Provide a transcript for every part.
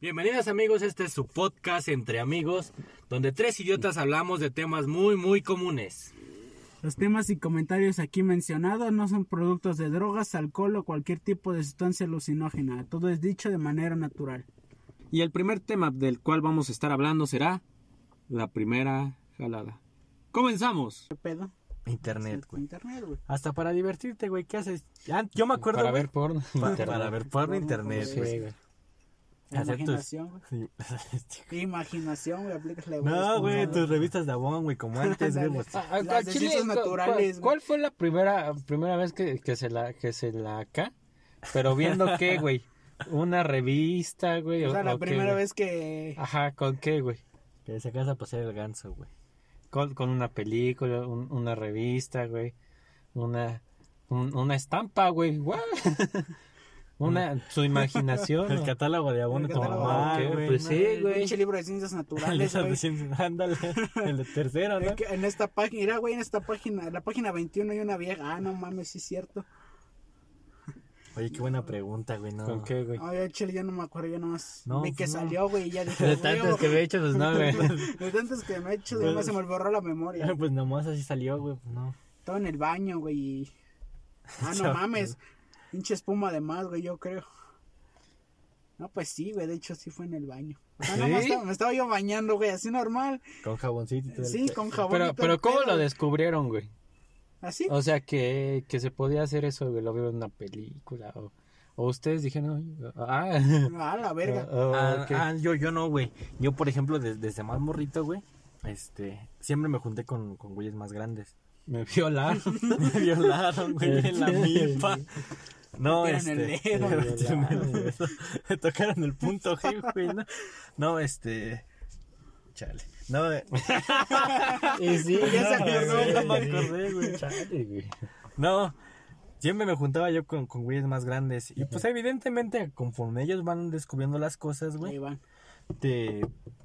Bienvenidos amigos, este es su podcast entre amigos, donde tres idiotas hablamos de temas muy muy comunes. Los temas y comentarios aquí mencionados no son productos de drogas, alcohol o cualquier tipo de sustancia alucinógena. Todo es dicho de manera natural. Y el primer tema del cual vamos a estar hablando será la primera jalada. comenzamos ¿Qué pedo? Internet, güey. Internet, güey. Hasta para divertirte, güey. ¿Qué haces? Ah, yo me acuerdo. para güey, ver porno. Pa- Para ver porno Porno, internet, sí, güey. güey. Hacer tus- Imaginación, güey. Imaginación, güey. Aplica la No, güey, tus revistas de Avon, güey, como antes, güey. pues, Ah, ah, Las ah, de Chile, ciencias ¿cu- cu- naturales, güey. ¿Cuál fue la primera primera vez que, que se la que se la acá? Pero viendo qué, güey. Una revista, güey. O sea, la qué, primera güey? vez que... Ajá, ¿con qué, güey? Que sacas a pasear el ganso, güey. Con, con una película, un- una revista, güey. Una un- una estampa, güey. guau. una su imaginación. El ¿no? catálogo de Avon El de tu catálogo mamá, de Avon, güey. Ah, pues, ¿no? sí, el güey. pinche libro de ciencias El de naturales, esas güey. dicen, Ándale, el de tercero, ¿no? Es que En esta página, mira, güey, en esta página, en la página 21 hay una vieja. Ah, no mames, sí es cierto. Oye, qué buena pregunta, güey, no. ¿Con qué, güey? Ay, yo, chile, ya no me acuerdo, ya nomás No, vi que pues, no. salió, güey, y ya dije, De "Huevo". tantas que me he hecho, pues no, güey. De tantos que me he hecho, además se me borró la memoria. Pues nomás así salió, güey, pues, no. Todo en el baño, güey. y- Ah, no Chao. mames. Pinche espuma de más, güey, yo creo. No, pues sí, güey, de hecho sí fue en el baño. O sea, no, me, ¿Sí? estaba, me estaba yo bañando, güey, así normal. Con jaboncito y todo. el Sí, pe- con jabón. y Pero todo pero el ¿cómo pedo, lo Oh. güey. descubrieron, güey? ¿Así? O sea, que, que se podía hacer eso, güey, lo vieron en una película. O, o ustedes dijeron, "Ay, ah, Ah, la verga. oh, Ah, ok". ah, yo, yo no, güey. Yo, por ejemplo, des- desde más morrito, güey, este, siempre me junté con, con güeyes más grandes. me violaron. Me violaron, güey, en la milpa. No, Me este. metieron el dedo. me metieron el dedo. Me tocaron el punto G, güey, ¿no? No, este. Chale. No, eh, y sí, Ya se no, acordó, güey. ya me acordé, güey. Chale, güey. no. Siempre me juntaba yo con, con güeyes más grandes. Y pues, evidentemente, conforme ellos van descubriendo las cosas, güey. Ahí van. te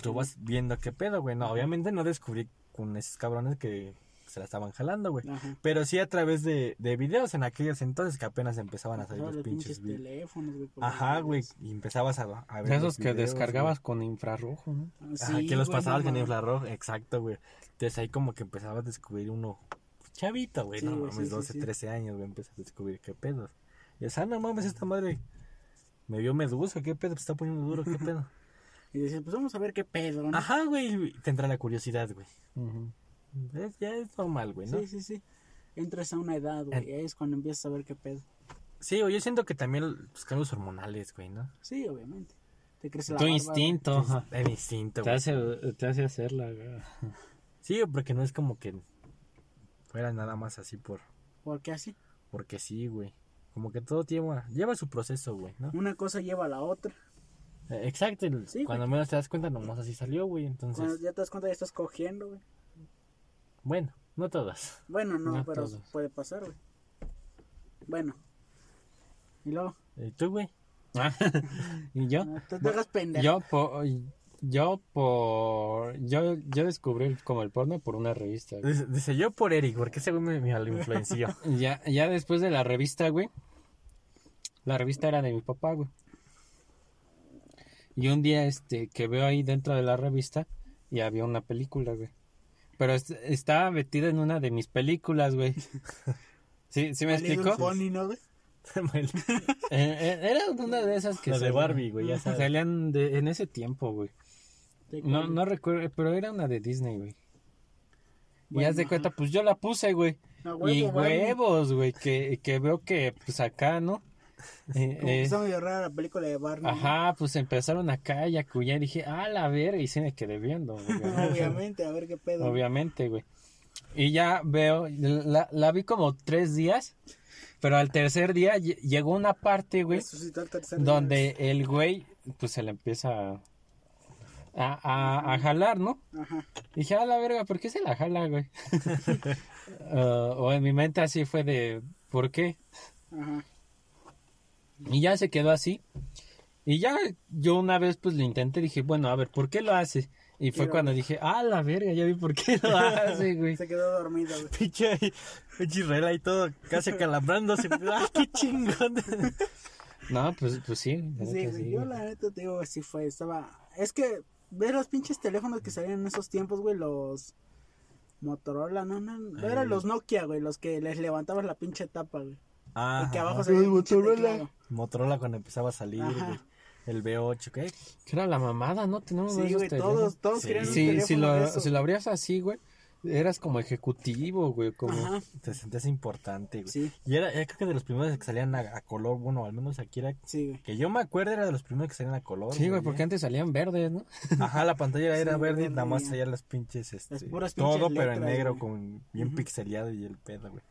tú vas viendo qué pedo, güey. No, obviamente no descubrí con esos cabrones que se la estaban jalando, güey. Ajá. Pero sí a través de, de videos en aquellos entonces que apenas empezaban a salir los Todos los pinches pinches videos. teléfonos, güey. por Ajá, los güey. lados. Y empezabas a, a ver. De los esos que videos, descargabas con infrarrojo, ¿no? Ah, güey. sí, Ajá, que los güey, pasabas no con mames. infrarrojo. Exacto, güey. Entonces ahí como que empezabas a descubrir uno pues, chavito, güey. Sí, no güey, mames, sí, sí, 12, sí. 13 años, güey. Empezas a descubrir qué pedo. Y o sea, no mames, esta madre me vio medusa. ¿Qué pedo? Te está poniendo duro, qué pedo. Y decías, pues vamos a ver qué pedo, ¿no? Ajá, güey, te entra la curiosidad, güey. Ujú. Es- Pues, ya es normal, güey, ¿no? Sí, sí, sí. Entras a una edad, güey, ahí es cuando empiezas a ver qué pedo. Sí, güey, yo siento que también los cambios hormonales, güey, ¿no? Sí, obviamente. Te crece la Tu barba, instinto ajá. El instinto, te güey. hace, te hace hacerla, güey. Sí, güey, porque no es como que fuera nada más así por... güey, Porque así, Porque sí, güey. Como que todo lleva, lleva su proceso, güey, ¿no? una cosa lleva a la otra. Eh, Exacto, el- Sí, güey. cuando menos te das cuenta, nomás así salió, güey, entonces... Cuando ya te das cuenta, ya estás cogiendo, güey. Bueno, no todas. Bueno, no, No pero todos. puede pasar, güey. Bueno. Y luego, ¿Y Eh, tú, güey? ¿Y yo? no te hagas Ah, pendejo. Ah, Yo por, yo por, yo, yo descubrí el- como el porno por una revista. güey. Dice, dice, yo por Eric, porque ese güey me, me lo influenció. Ya, ya después de la revista, güey. La revista era de mi papá, güey. Y un día, este, que veo ahí dentro de la revista y había una película, güey. Pero est- estaba metida en una de mis películas, güey. ¿Sí, sí me My Little explico? Pony, ¿no, güey? Eh, eh, era una de esas que La de salían- Barbie, güey, ya sabes. Salían de- en ese tiempo, güey. Te No, cuelga. no recuerdo, pero era una de Disney, güey. Y Bueno, haz de ajá. cuenta, pues yo la puse, güey. A huevo, Y Barbie. huevos, güey, que, que veo que pues acá, ¿no? Como Eh, que eh, Está medio rara la película de Barney. ajá, pues empezaron acá y acuñar y dije, ah, la verga, y sí me quedé viendo, güey. ¿no? Obviamente, a ver qué pedo. Obviamente, güey. Y ya veo, la, la vi como tres días, pero al tercer día lle- llegó una parte, güey, Resucitó al tercer día. donde el güey, pues se le empieza a, a, a- a jalar, ¿no? Ajá. Dije, a la verga, ¿por qué se la jala, güey? Ah, o en mi mente así fue de, ¿por qué? Ajá. Y ya se quedó así. Y ya yo una vez pues lo intenté, dije, bueno, a ver, ¿por qué lo hace? Y fue Pero- cuando dije, ah, la verga, ya vi por qué lo hace, güey. Se quedó dormido, güey. Pinche pinche Irrela y todo, casi calambrándose. ¡Ah, qué chingón! No, pues, pues sí. la Sí, neta güey, sí. yo la neta te digo, así fue, estaba... Es que, ¿ves los pinches teléfonos que salían en esos tiempos, güey? Los Motorola, no, no, no, eran los Nokia, güey, los que les levantabas la pinche tapa, güey. Ah, Y que abajo ajá. salía el pinche teclado. Motorola cuando empezaba a salir, Ajá. güey. El B8, ¿qué? Que era la mamada, ¿no? Tenemos Sí, esos güey, teléfonos. todos, todos Sí. querían un Sí, si teléfono de lo, esos. si lo abrías así, güey, eras como ejecutivo, güey, como... Ajá, Te sentías importante, güey. sí, Y era, era creo que de los primeros que salían a, a color, bueno, al menos aquí era... sí, güey. Que yo me acuerdo era de los primeros que salían a color. ¿eh? Sí, güey, porque antes salían verdes, ¿no? Ajá, la pantalla era, Sí, era verde y verde, nada más ya. salían las pinches, este... Las puras pinches todo, pero en letras, negro, güey. con bien Ujú. pixeleado y el pedo, güey.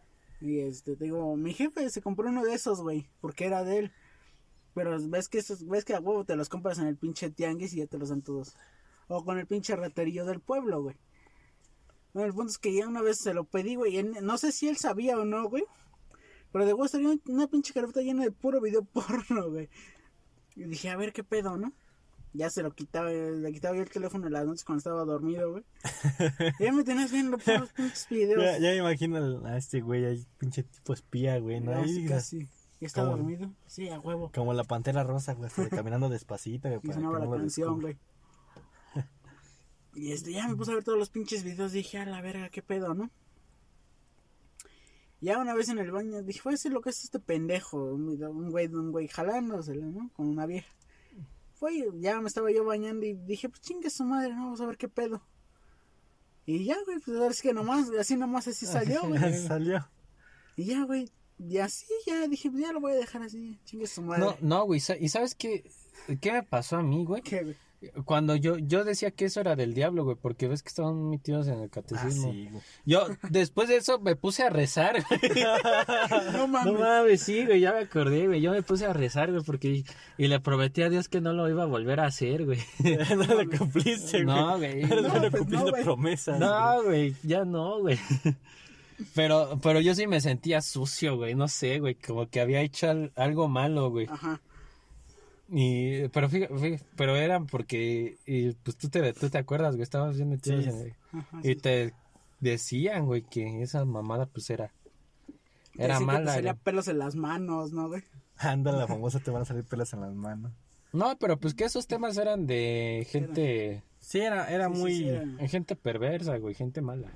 Y este, te digo, mi jefe se compró uno de esos, güey, porque era de él. Pero ves que esos, ves que a huevo te los compras en el pinche tianguis y ya te los dan todos. O con el pinche raterillo del pueblo, güey. Bueno, el punto es que ya una vez se lo pedí, güey, y él- no sé si él sabía o no, güey. Pero de huevo salió una pinche carpeta llena de puro video porno, güey. Y dije, a ver qué pedo, ¿no? Ya se lo quitaba, le quitaba yo el teléfono en las noches cuando estaba dormido, güey. ya me tenías viendo puros pinches videos. Ya, ya me imagino al- a este güey, ahí pinche tipo espía, güey, ¿no? Casi, Ahí, casi. ¿Ya está ¿Cómo? dormido? Sí, a huevo. Como la pantera rosa, güey, hasta caminando despacito, güey, Y para que no sonaba la lo canción, descubra. güey. Y este, ya me puse a ver todos los pinches videos. Dije, a la verga, qué pedo, ¿no? Ya una vez en el baño dije, voy a hacer lo que es este pendejo. Un video- un güey, un güey jalándosela, ¿no? Con una vieja. Fue, y ya me estaba yo bañando y dije, pues chingue su madre, ¿no? Vamos a ver qué pedo. Y ya, güey, pues es que nomás, así nomás así salió, güey. Salió. Y ya, güey, y así ya dije, pues ya lo voy a dejar así, chingue su madre. No, no, güey, sa- ¿y sabes qué, qué me pasó a mí, güey? ¿Qué, güey? Cuando yo, yo decía que eso era del diablo, güey, porque ves que estaban metidos en el Ah, catecismo. sí, güey. Yo, después de eso, me puse a rezar, güey. No mames. No mames, sí, güey, ya me acordé, güey. Yo me puse a rezar, güey, porque... dije- Y le prometí a Dios que no lo iba a volver a hacer, güey. no le cumpliste, güey. No, güey. No, No, le pues cumpliste no, güey. promesas. güey. No, güey, ya no, güey. Pero, pero yo sí me sentía sucio, güey, no sé, güey, como que había hecho al- algo malo, güey. Ajá. Y, pero fíjate, pero eran porque, y, pues tú te, tú te acuerdas, güey, estábamos viendo Sí, ajá, y Ah, sí. te decían, güey, que esa mamada, pues era, Decía que era Te mala, salía güey. pelos en las manos, ¿no, güey? Anda, la famosa te van a salir pelas en las manos. No, pero pues que esos temas eran de gente, eh, Sí, era, era Sí, sí, muy... sí, era. gente perversa, güey, gente mala.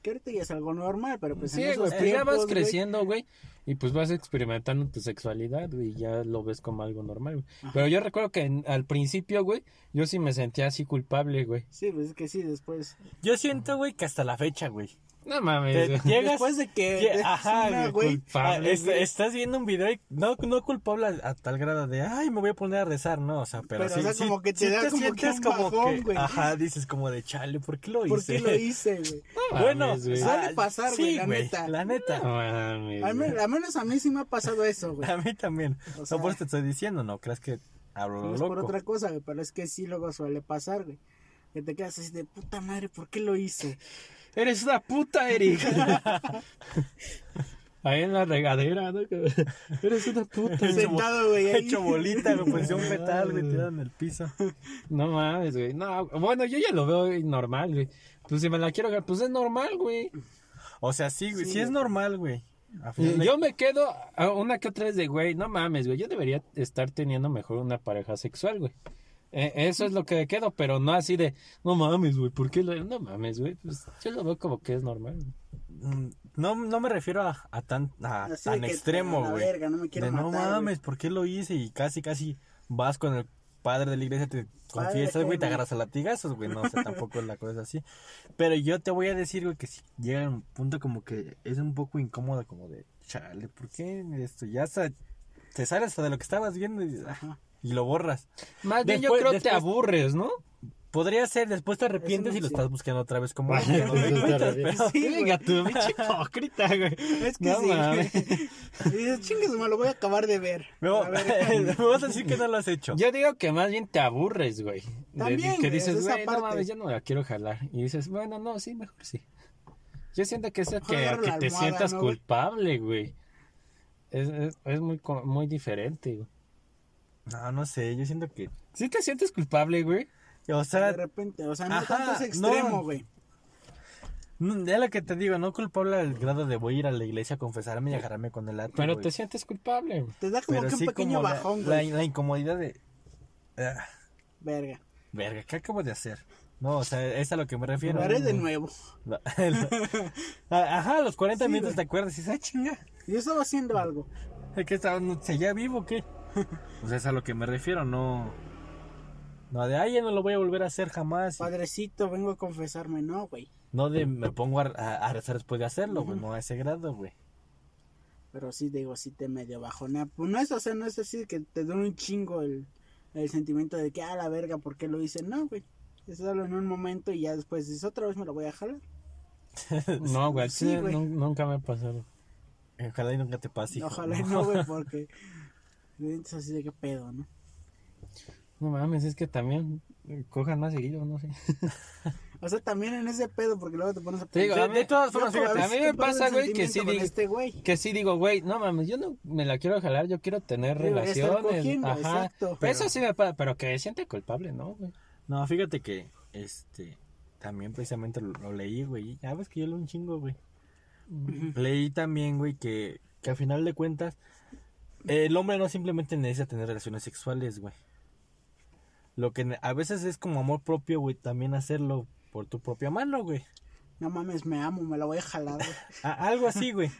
Que ahorita ya es algo normal, pero pues Sí, en esos güey, pues ya tiempos, vas güey, creciendo, güey, y pues vas experimentando tu sexualidad, güey, y ya lo ves como algo normal, güey. Pero yo recuerdo que en- al principio, güey, yo sí me sentía así culpable, güey. Sí, pues es que sí, después. Yo siento, güey, que hasta la fecha, güey. No Te- mames, güey. llegas... Después de que. Ye- de- Ajá, una, güey. güey. culpable, Ah, es- güey. estás viendo un video y no, no culpable a, a tal grado de, ay, me voy a poner a rezar, no, o sea, pero, Pero, sí, o sea, sí- como que te da como que sientes un bajón, güey. ajá, dices como de, chale, ¿por qué lo hice? ¿Por qué lo hice, güey? No Bueno, mames, güey. sea, Suele pasar, güey, sí, la neta. La neta. No mames, Al güey. men- al menos a mí sí me ha pasado eso, güey. A mí también. O sea, no, por eso te estoy diciendo, no creas que hablo No lo es loco. por otra cosa, güey, pero es que sí luego suele pasar, güey. Que te quedas así de puta madre, ¿por qué lo hice? Eres una puta, Eric. Ahí en la regadera, ¿no? Eres una puta. Sentado, güey. ahí. Hecho bolita, güey, pues, posición fetal, güey, tirado en el piso. No mames, güey. No, bueno, yo ya lo veo normal, güey. Pues si me la quiero ganar, pues es normal, güey. O sea, sí, güey, sí, Sí, es güey. normal, güey. A final de- Yo me quedo a una que otra vez de, güey, no mames, güey. Yo debería estar teniendo mejor una pareja sexual, güey. Eh, eso es lo que me quedo, pero no así de, no mames, güey, ¿por qué lo.? No mames, güey. Pues yo lo veo como que es normal. güey. Mm, no, no me refiero a, a tan, a Así de tan que, a extremo, la güey. verga, no me quiero de no matar, güey". mames, ¿por qué lo hice? Y casi, casi vas con el padre de la iglesia, te confiesas, güey, te güey. agarras a latigazos, güey. No, o sea, tampoco es la cosa así. Pero yo te voy a decir, güey, que si llega un punto como que es un poco incómodo, como de, chale, ¿por qué esto? Ya hasta, te sales hasta de lo que estabas viendo y, ah, y lo borras. Más bien, Después- yo creo que después- te aburres, ¿no? Podría ser, después te arrepientes una y lo opción. estás buscando otra vez como... Sí, güey. Venga, tú, pinche hipócrita, güey. Es que No sí. mames. Y dices, chingue su madre, lo voy a acabar de ver. Me, A ver, me vas a decir que no lo has hecho. Yo digo que más bien te aburres, güey. De- También, que güey, dices, es esa güey, no parte". mames, ya no me la quiero jalar. Y dices, bueno, no, sí, mejor sí. Yo siento que eso Mejor que, agarro que la te almohada, sientas ¿no, güey? culpable, güey. Es, es, es muy, co- muy diferente, güey. No, no sé, yo siento que... ¿Sí te sientes culpable, güey? O de sea, repente, o sea, no Ajá, tanto es no. extremo, güey. No, Es lo que te digo, no culpable al grado de voy a ir a la iglesia a confesarme y agarrarme con el látigo. Pero güey. te sientes culpable, güey. Te da como Pero que un sí pequeño como la- bajón, la, güey. la incomodidad de. ah, Verga. verga, ¿qué acabo de hacer? No, o sea, es a lo que me refiero. Lo haré de nuevo. La- la- Ah, Ajá, los 40 Sí, minutos güey. te acuerdas y dices, ah, chinga, Yo estaba haciendo algo. ¿de ¿qué estaba? ¿No- ¿Seguía vivo o qué? O sea, Pues es a lo que me refiero, no. No de, ay, ya no lo voy a volver a hacer jamás. y Padrecito, vengo a confesarme. No, güey. No de, me pongo a, a- a rezar después de hacerlo, güey, no a ese grado, güey. Pero sí, digo, sí te medio bajonea. Pues no es, o sea, no es así que te duele un chingo el, el sentimiento de que, ah, la verga, ¿por qué lo hice? No, güey. Es solo en un momento y ya después dices, otra vez me lo voy a jalar. No, güey, Sí, sí, güey. nun- nunca me ha pasado. Ojalá y nunca te pase. hijo. Ojalá y no, güey, porque es así de que pedo, ¿no? No mames, es que también eh, cojan más seguido, no sé. O sea, también en ese pedo, porque luego te pones a Te digo, pensar, a mí- de todas formas, yo, fíjate, ver a si mí te me pasa pasa, el güey, que sí sentimiento con digo- este güey. Que sí digo, güey, no mames, yo no me la quiero jalar, yo quiero tener Yo debería estar relaciones. cogiendo, Ajá. exacto. Eso sí me pasa, pero que siente culpable, ¿no, güey? No, fíjate que, este, también precisamente lo, lo leí, güey. Ya ves que yo leo un chingo, güey. Leí también, güey, que, que a final de cuentas, eh, el hombre no simplemente necesita tener relaciones sexuales, güey. Lo que ne- a veces es como amor propio, güey, también hacerlo por tu propia mano, güey. No mames, me amo, me la voy a jalar, güey. A- algo así, güey.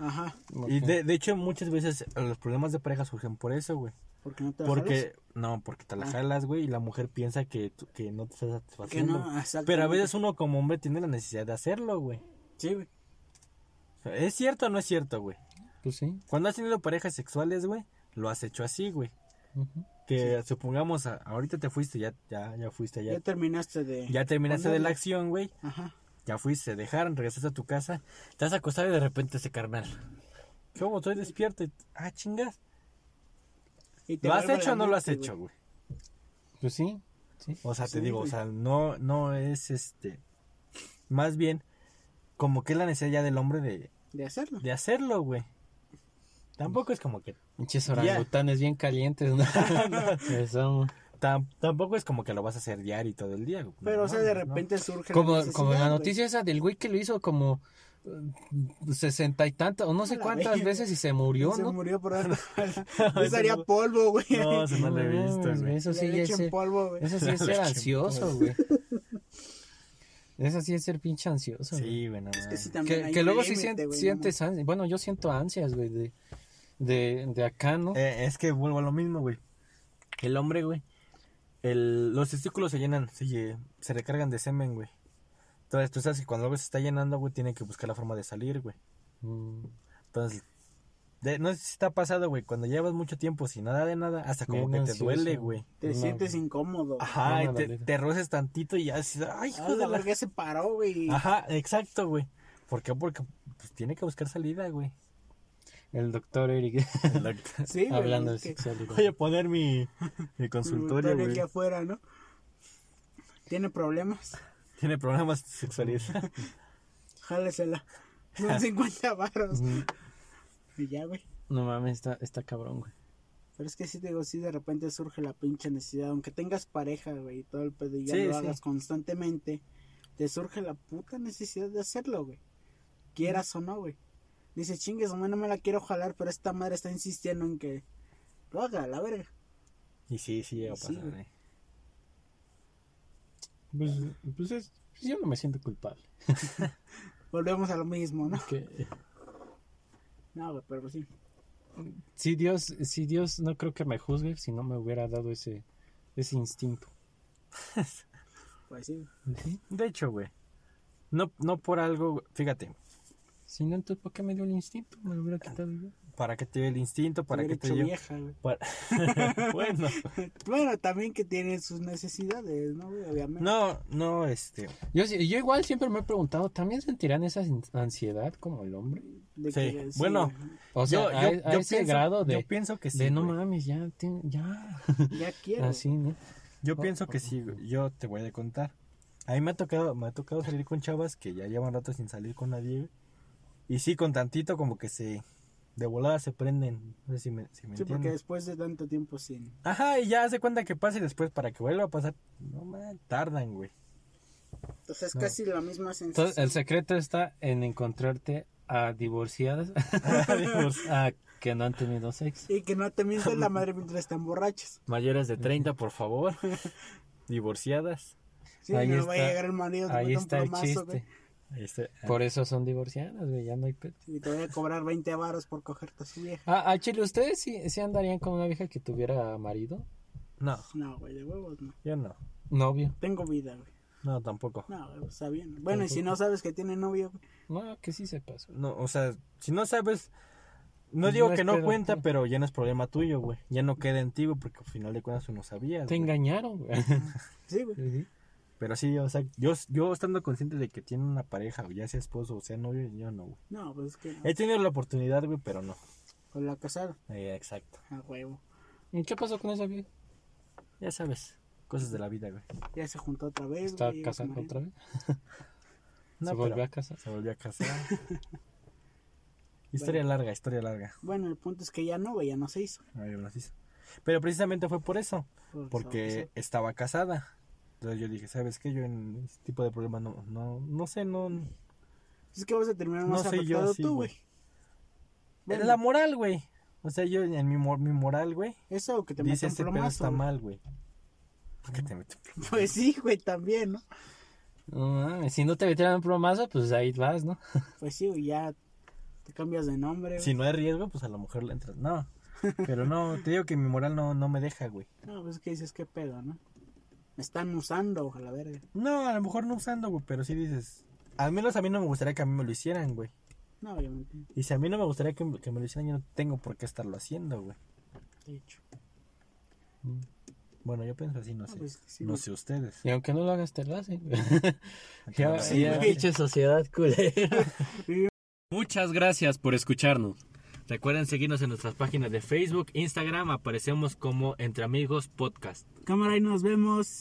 Ajá, Y de, de hecho, muchas veces eh, los problemas de pareja surgen por eso, güey. porque no te la jalas? Porque, no, porque te la Ah. jalas, güey, y la mujer piensa que, tú- que no te estás Que satisfaciendo. no, exactamente. Pero a veces uno como hombre tiene la necesidad de hacerlo, güey. Sí, güey. O sea, ¿Es cierto o no es cierto, güey? Pues sí. Cuando has tenido parejas sexuales, güey, lo has hecho así, güey. ujú. Que supongamos, a- ahorita te fuiste, ya, ya, ya fuiste, Ya ya, terminaste de... ya terminaste de la ponerle. acción, güey. Ajá. Ya fuiste, dejaron, regresaste a tu casa, te has acostado y de repente ese carnal. ¿Cómo? Estoy despierto. y- Ah, chingas. Y te ¿Lo has vuelve la hecho o no lo has mente, güey. hecho, güey? Pues sí. sí. O sea, te Sí, digo, güey. o sea, no, no es este. Más bien, como que es la necesidad ya del hombre de, De hacerlo. de hacerlo, güey. Tampoco es como que Pinches Ya. orangutanes bien calientes, ¿no? Eso. Tam- tampoco es como que lo vas a hacer diario y todo el día. güey. Pero, No o sea, de mames, ¿no? repente surge Como, necesidad, como la güey. noticia esa del güey que lo hizo como eh, sesenta y tantas, o no sé la cuántas verga. veces y se murió, Se ¿no? murió por algo. No, Eso eso haría no. polvo, güey. No, eso no lo he mames, visto, güey, güey. Eso sí Le ya echen es ser- polvo, güey. eso sí es ser ansioso, güey. Eso sí es ser pinche ansioso. güey. Sí, bueno, Es que sí, también Que, hay que un luego sí límite, sien- güey, no sientes ansias. Bueno, yo siento ansias, güey, de, de, de acá, ¿no? Eh, Eh. es que vuelvo a lo mismo, güey. El hombre, güey. el- los testículos se llenan, se, lle- se recargan de semen, güey. Entonces tú sabes que cuando algo se está llenando, güey, tiene que buscar la forma de salir, güey. Mm, Entonces, de- no sé si está pasado, güey. Cuando llevas mucho tiempo sin nada de nada, hasta como Bien que te ansioso. duele, güey. Te No, sientes güey. incómodo. güey. Ajá, No, y te, madre. te roces tantito y ya dices, ay, Ah, hijo la de la Ah, verga se paró, güey. Ajá, exacto, güey. ¿Por qué? Porque pues, tiene que buscar salida, güey. El doctor Eric Sí, güey. hablando de es que- sexualidad. Voy a poner mi, mi Todo consultorio, el güey. que afuera, ¿no? Tiene problemas. Tiene problemas de sexualidad. Jálesela. Son 50 varos. Y ya, güey. No mames, está, está cabrón, güey. Pero es que sí, te digo, sí, de repente surge la pinche necesidad. Aunque tengas pareja, güey, y todo el pedo y ya Sí, lo sí. hagas constantemente, te surge la puta necesidad de hacerlo, güey. Quieras o no, güey. Dice, chingues, güey, no me la quiero jalar, pero esta madre está insistiendo en que lo haga, la verga. Y sí, sí llega a Sí, pasar, güey. eh. Pues, pues es- yo no me siento culpable. Volvemos a lo mismo, ¿no? Que- eh, No, güey, pero sí. si Dios, si Dios no creo que me juzgue si no me hubiera dado ese, ese instinto. Pues sí. ¿Sí? De hecho, güey. No, no por algo, fíjate, Si no, entonces ¿por qué me dio el instinto? Me Ah. lo hubiera quitado yo. para que te dé el instinto, para Hubiera que te hecho lleve. vieja, güey. bueno, Bueno, también que tiene sus necesidades, ¿no, güey? Obviamente. no, no, este. Yo, sí- yo igual siempre me he preguntado, ¿también sentirán esa in- ansiedad como el hombre? De Sí. que- Bueno, O sea, yo, a, yo, a yo ese pienso, grado de, yo pienso que sí. de no güey. mames, ya, te- ya. ya quiero. Así, ¿no? Yo Oh, pienso que sí, güey. Yo te voy a contar. A mí me ha tocado, me ha tocado salir con chavas que ya llevan rato sin salir con nadie. güey. Y sí, con tantito como que se de volada se prenden. No sé si me, si me Sí, porque entienden. después de tanto tiempo sin... Ajá, y ya hace cuenta que pasa y después para que vuelva a pasar, no man, tardan, güey. Entonces es casi la misma sensación. Entonces, el secreto está en encontrarte a divorciadas a divor- a que no han tenido sexo. Y que no te mientas la madre mientras están borrachos. Mayores de 30, por favor. Divorciadas. Sí, Ahí no está- va a llegar el marido, te Ahí mete un está el plomazo, güey, chiste. Ah. Ahí está. Por eso son divorciadas, güey, ya no hay pedo. Y te voy a cobrar 20 varos por cogerte a su vieja. Ah, ah, chile, ¿ustedes sí, sí andarían con una vieja que tuviera marido? No, No, güey, de huevos no. yo no. Novio. Tengo vida, güey. No, tampoco. No, güey, pues, está bien. Bueno, y si no sabes que tiene novio, güey. No, que sí se pasó. No, o sea, si no sabes. No No digo es que Pues no pedo, cuenta, sí. pero ya no es problema tuyo, güey. Ya no queda en ti, güey, porque al final de cuentas tú no sabías. Te güey. engañaron, güey. Sí, güey. Pero sí, o sea, yo, yo estando consciente de que tiene una pareja, o ya sea esposo, o sea novio, yo no, güey. No, pues es que no. He tenido la oportunidad, güey, pero no. Con la casada, Eh, exacto. a huevo. ¿Y qué pasó con esa vieja? Ya sabes, cosas de la vida, güey. Ya se juntó otra vez, ¿Está güey, llegó su casada marido. otra vez? No, ¿Se volvió pero a casar? se volvió a casar. historia larga, historia larga. Bueno, el punto es que ya no, güey, ya no se hizo. Ay, bueno, así es. Pero precisamente fue por eso, Por- porque estaba casada. Entonces yo dije, ¿sabes qué? Yo en este tipo de problemas no, no, no sé, no... Es que vas a terminar No más sé yo, afectado sí, tú, güey. güey. Es la moral, güey. O sea, yo en mi, mor- mi moral, güey, Eso o que te dice meten este pedo plomazo. está güey. mal, güey. ¿Por qué te metes? Pues sí, güey, también, ¿no? No mames, si no te metieran un plomazo, pues ahí vas, ¿no? Pues sí, güey, ya te cambias de nombre. Si güey. no hay riesgo, pues a la mujer le entras. No. Pero no, te digo que mi moral no, no me deja, güey. No, pues que dices, qué pedo, ¿no? Me están usando, ojalá, verga. No, a lo mejor no usando, güey, pero sí dices. Al menos a mí no me gustaría que a mí me lo hicieran, güey. No, obviamente, Y si a mí no me gustaría que, que me lo hicieran, yo no tengo por qué estarlo haciendo, güey. de hecho. Bueno, yo pienso así, no sé. pues, sí, no güey. sé ustedes. Y aunque no lo hagas, te lo hacen. Aunque no ya, lo Sí, ya, güey. pinche sociedad culera. Muchas gracias por escucharnos. Recuerden seguirnos en nuestras páginas de Facebook, Instagram, aparecemos como Entre Amigos Podcast. Cámara, y nos vemos.